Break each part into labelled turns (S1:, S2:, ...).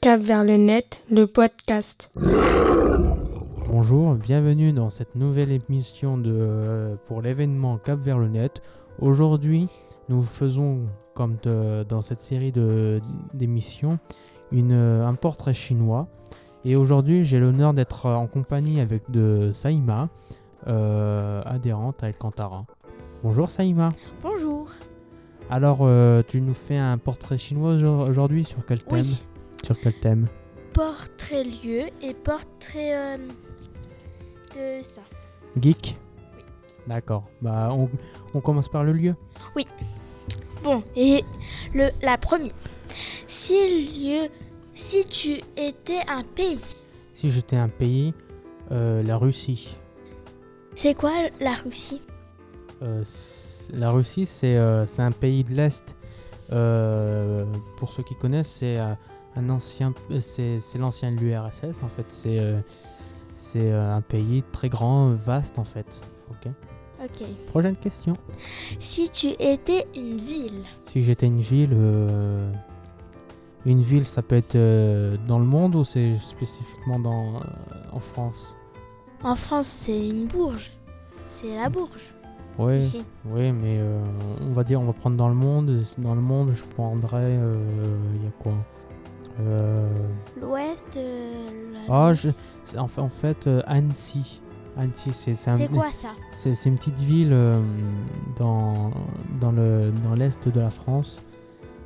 S1: Cap vers le net, le podcast.
S2: Bonjour, bienvenue dans cette nouvelle émission de, euh, pour l'événement Cap vers le net. Aujourd'hui, nous faisons, comme de- dans cette série de- d'émissions, une, euh, un portrait chinois. Et aujourd'hui, j'ai l'honneur d'être en compagnie avec de Saïma, euh, adhérente à Alcantara. Bonjour Saïma.
S1: Bonjour.
S2: Alors, euh, tu nous fais un portrait chinois aujourd- aujourd'hui sur quel thème
S1: Oui.
S2: Sur quel thème
S1: Portrait lieu et portrait euh, de ça.
S2: Geek D'accord. Bah, on, on commence par le lieu.
S1: Bon, et le, la première. Si le lieu, si tu étais un pays,
S2: Si j'étais un pays, euh, la Russie.
S1: c'est quoi la Russie
S2: Euh, c'est- la Russie, c'est euh, c'est un pays de l'Est. Euh, pour ceux qui connaissent, c'est euh, un ancien, euh, c'est c'est l'ancien de l'URSS en fait. C'est euh, c'est euh, un pays très grand, vaste en fait. Ok.
S1: Ok.
S2: Prochaine question.
S1: Si tu étais une ville,
S2: Si j'étais une ville, euh, une ville, ça peut être euh, dans le monde ou c'est spécifiquement dans euh, en France.
S1: en France c'est une bourge. C'est la bourge
S2: Ouais.
S1: ici.
S2: Oui, mais euh, on va dire, on va prendre dans le monde. Dans le monde, je prendrais. Il y a quoi Euh,
S1: L'ouest. euh, la-
S2: Ah, je- c'est- en fait, en fait, euh, Annecy. Annecy, c'est c'est un-
S1: C'est quoi ça
S2: C'est c'est une petite ville euh, dans, dans le- dans l'est de la France,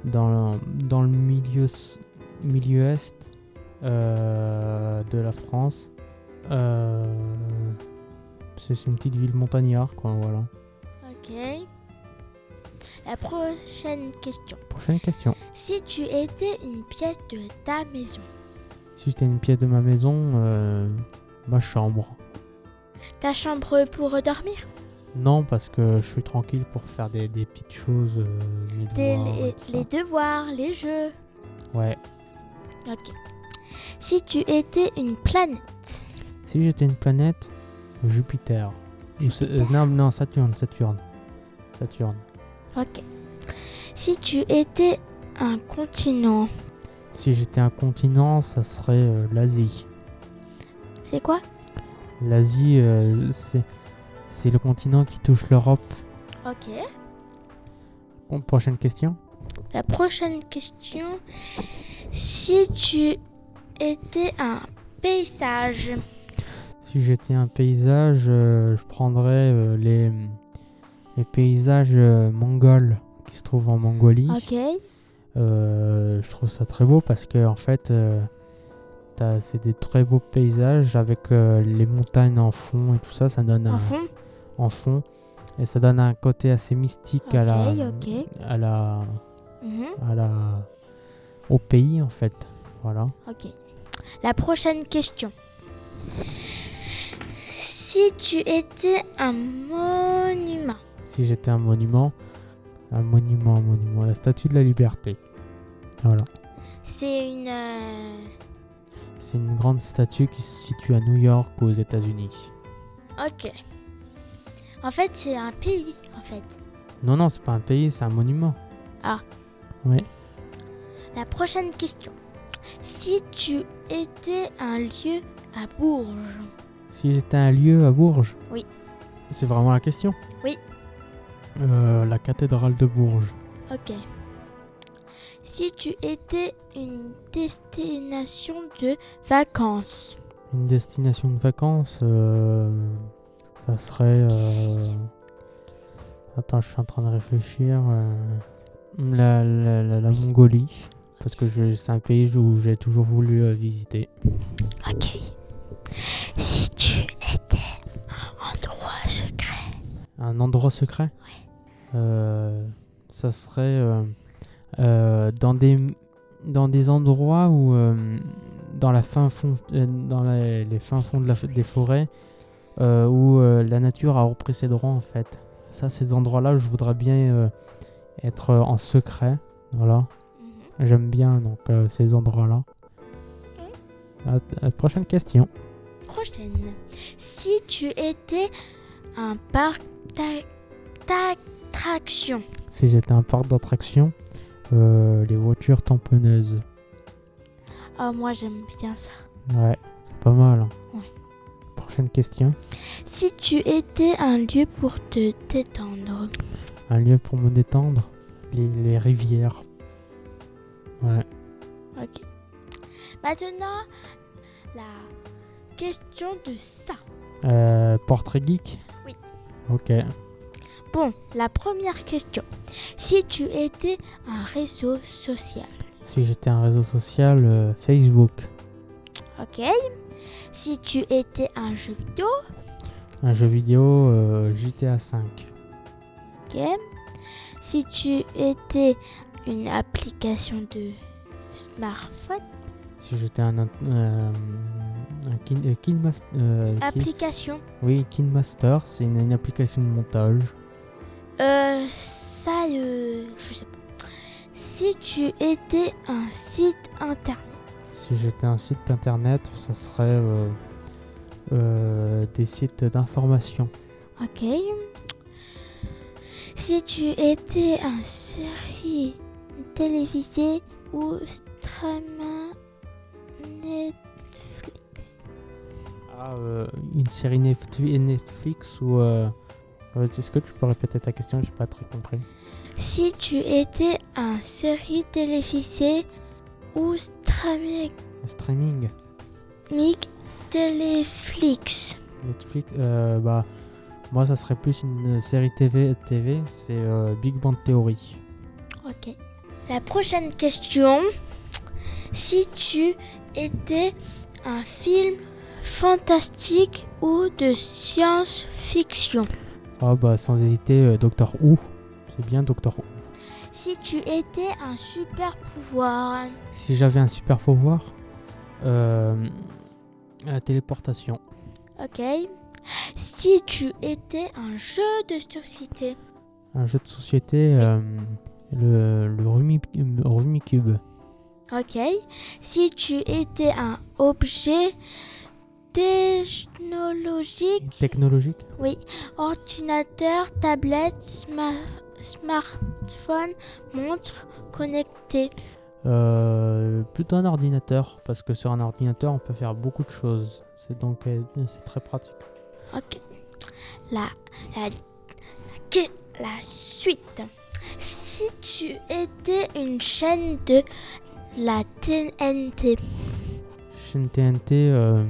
S2: dans, le- dans le milieu, s- milieu est euh, de la France. Euh, c'est c'est une petite ville montagnarde, quoi, voilà.
S1: Ok. La prochaine question.
S2: Prochaine question.
S1: Si tu étais une pièce de ta maison,
S2: Si j'étais une pièce de ma maison, euh, ma chambre.
S1: ta chambre pour dormir,
S2: Non, parce que je suis tranquille pour faire des, des petites choses. euh, mes
S1: tes-
S2: devoirs et
S1: les,
S2: tout ça.
S1: les devoirs, les jeux.
S2: Ouais.
S1: Ok. Si tu étais une planète,
S2: Si j'étais une planète, Jupiter. Ou c'est- euh, non, non, Saturne, Saturne. Saturne.
S1: ok. Si tu étais un continent,
S2: Si j'étais un continent, ça serait euh, l'Asie.
S1: c'est quoi
S2: L'Asie, euh, c'est c'est le continent qui touche l'Europe.
S1: Ok.
S2: Bon, prochaine question.
S1: La prochaine question. Si tu étais un paysage,
S2: Si j'étais un paysage, euh, je prendrais euh, les, les paysages euh, mongols qui se trouvent en Mongolie.
S1: ok.
S2: Euh, je trouve ça très beau parce que en fait, euh, t'as- c'est des très beaux paysages avec euh, les montagnes en fond et tout ça. Ça donne un,
S1: En fond,
S2: en fond et ça donne un côté assez mystique à la,
S1: Ok, ok.
S2: à la,
S1: Mhm.
S2: à la, au pays en fait. Voilà.
S1: Ok. La prochaine question. Si tu étais un monument,
S2: Si j'étais un monument, un monument, un monument, la Statue de la Liberté. Voilà.
S1: c'est une... euh,
S2: C'est une grande statue qui se situe à New York aux États-Unis.
S1: Ok. En fait, c'est un pays, en fait.
S2: Non, non, c'est pas un pays, c'est un monument.
S1: La prochaine question. Si tu étais un lieu à Bourges,
S2: Si j'étais un lieu à Bourges
S1: Oui.
S2: C'est vraiment la question
S1: Oui.
S2: Euh, la cathédrale de Bourges.
S1: ok. Si tu étais une destination de vacances,
S2: Une destination de vacances, euh, ça serait. euh, Attends, je suis en train de réfléchir. euh, La, la- la- la Mongolie, parce que je- c'est un pays où j'ai toujours voulu euh, visiter.
S1: ok. Si tu étais un endroit secret.
S2: Un endroit secret Euh, Ça serait euh, euh, dans, des, dans des endroits où, euh, dans, la fin fond, euh, dans la- les fins fonds de la, des forêts, euh, où euh, la nature a repris ses droits en fait. Ça, ces endroits-là, je voudrais bien euh,
S1: Mhm.
S2: être euh, en secret. Voilà, j'aime bien donc euh, ces endroits-là. À- à- prochaine question.
S1: Prochaine. Si tu étais un parc d'a- d'attractions,
S2: Si j'étais un parc d'attractions, euh, les voitures tamponneuses.
S1: oh moi j'aime bien ça.
S2: Ouais, c'est pas mal. hein.
S1: Ouais.
S2: Prochaine question.
S1: Si tu étais un lieu pour te détendre,
S2: Un lieu pour me détendre Les, les rivières. Ouais.
S1: ok. Maintenant, la question de ça.
S2: Euh, portrait geek
S1: Oui.
S2: Ok.
S1: Bon, la première question. Si tu étais un réseau social,
S2: Si j'étais un réseau social, euh, Facebook.
S1: ok. Si tu étais un jeu vidéo,
S2: Un jeu vidéo, euh, GTA V.
S1: ok. Si tu étais une application de smartphone,
S2: Si j'étais un. int- euh, un kin, euh, Kinmas- euh, Kin-
S1: application,
S2: oui, Kinmaster, c'est une, une application de montage.
S1: euh, ça, euh, je sais pas. Si tu étais un site internet,
S2: Si j'étais un site internet, ça serait euh, euh, des sites d'information.
S1: Ok. Si tu étais un série télévisée ou streaming Netflix.
S2: Ah, euh, une série Netfli- Netflix ou. euh, euh, Est-ce que tu peux répéter ta question J'ai pas très compris.
S1: Si tu étais un série télévisée ou streaming
S2: Streaming
S1: Netflix.
S2: Netflix, euh, bah. Moi, ça serait plus une série TV. TV c'est euh, Big Bang Theory.
S1: Ok. La prochaine question. Si tu étais un film fantastique ou de science-fiction.
S2: Ah, bah, sans hésiter, euh, Doctor Who. C'est bien Doctor Who.
S1: Si tu étais un super pouvoir,
S2: Si j'avais un super pouvoir, euh, la téléportation.
S1: ok Si tu étais un jeu de société,
S2: Un jeu de société, euh, le, le Rumi, Rumi Cube.
S1: ok Si tu étais un objet technologique,
S2: Technologique
S1: oui, ordinateur, tablette, sma- smartphone, montre connectée,
S2: Euh, Plutôt un ordinateur, parce que sur un ordinateur, on peut faire beaucoup de choses. C'est donc euh, c'est très pratique.
S1: ok La, la, la, que- la suite. Si tu étais une chaîne de la TNT,
S2: Chaîne TNT, euh,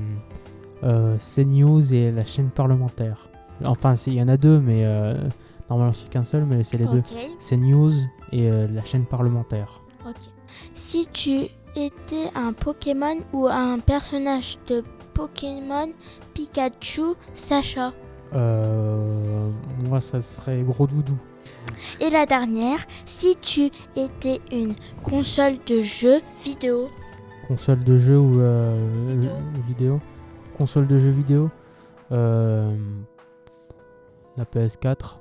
S2: euh, CNews et la chaîne parlementaire. Enfin, si, il y en a deux, mais euh, normalement, c'est qu'un seul, mais c'est les deux.
S1: Ok,
S2: CNews et euh, la chaîne parlementaire.
S1: ok. Si tu étais un Pokémon ou un personnage de Pokémon, Pikachu, Sacha.
S2: Euh, moi, ça serait Gros Doudou.
S1: Et la dernière, si tu étais une console de jeu vidéo.
S2: console de jeu ou euh,
S1: Vidéo.
S2: euh, vidéo. Console de jeu vidéo. euh, la PS4.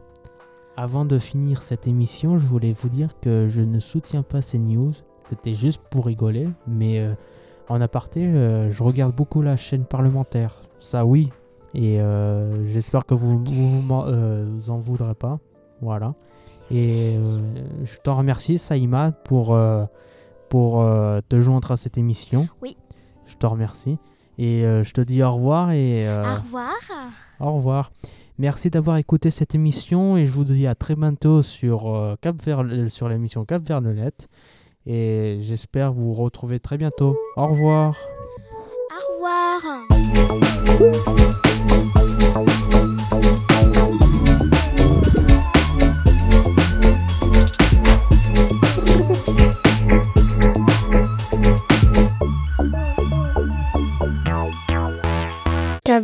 S2: Avant de finir cette émission, je voulais vous dire que je ne soutiens pas ces news. C'était juste pour rigoler, mais euh, en aparté, euh, je regarde beaucoup la chaîne parlementaire. Ça, oui. Et euh, j'espère que vous, vous, vous m'en- euh, vous en voudrez pas. Voilà. Et euh, je t'en remercie, Saïma, pour, euh, pour euh, te joindre à cette émission.
S1: Oui.
S2: Je te remercie. Et euh, je te dis au revoir et euh,
S1: Au revoir.
S2: au revoir. Merci d'avoir écouté cette émission et je vous dis à très bientôt sur, euh, Cap Ver- sur l'émission Cap Vernelette. Et j'espère vous retrouver très bientôt. Au revoir.
S1: Au revoir.
S3: Cap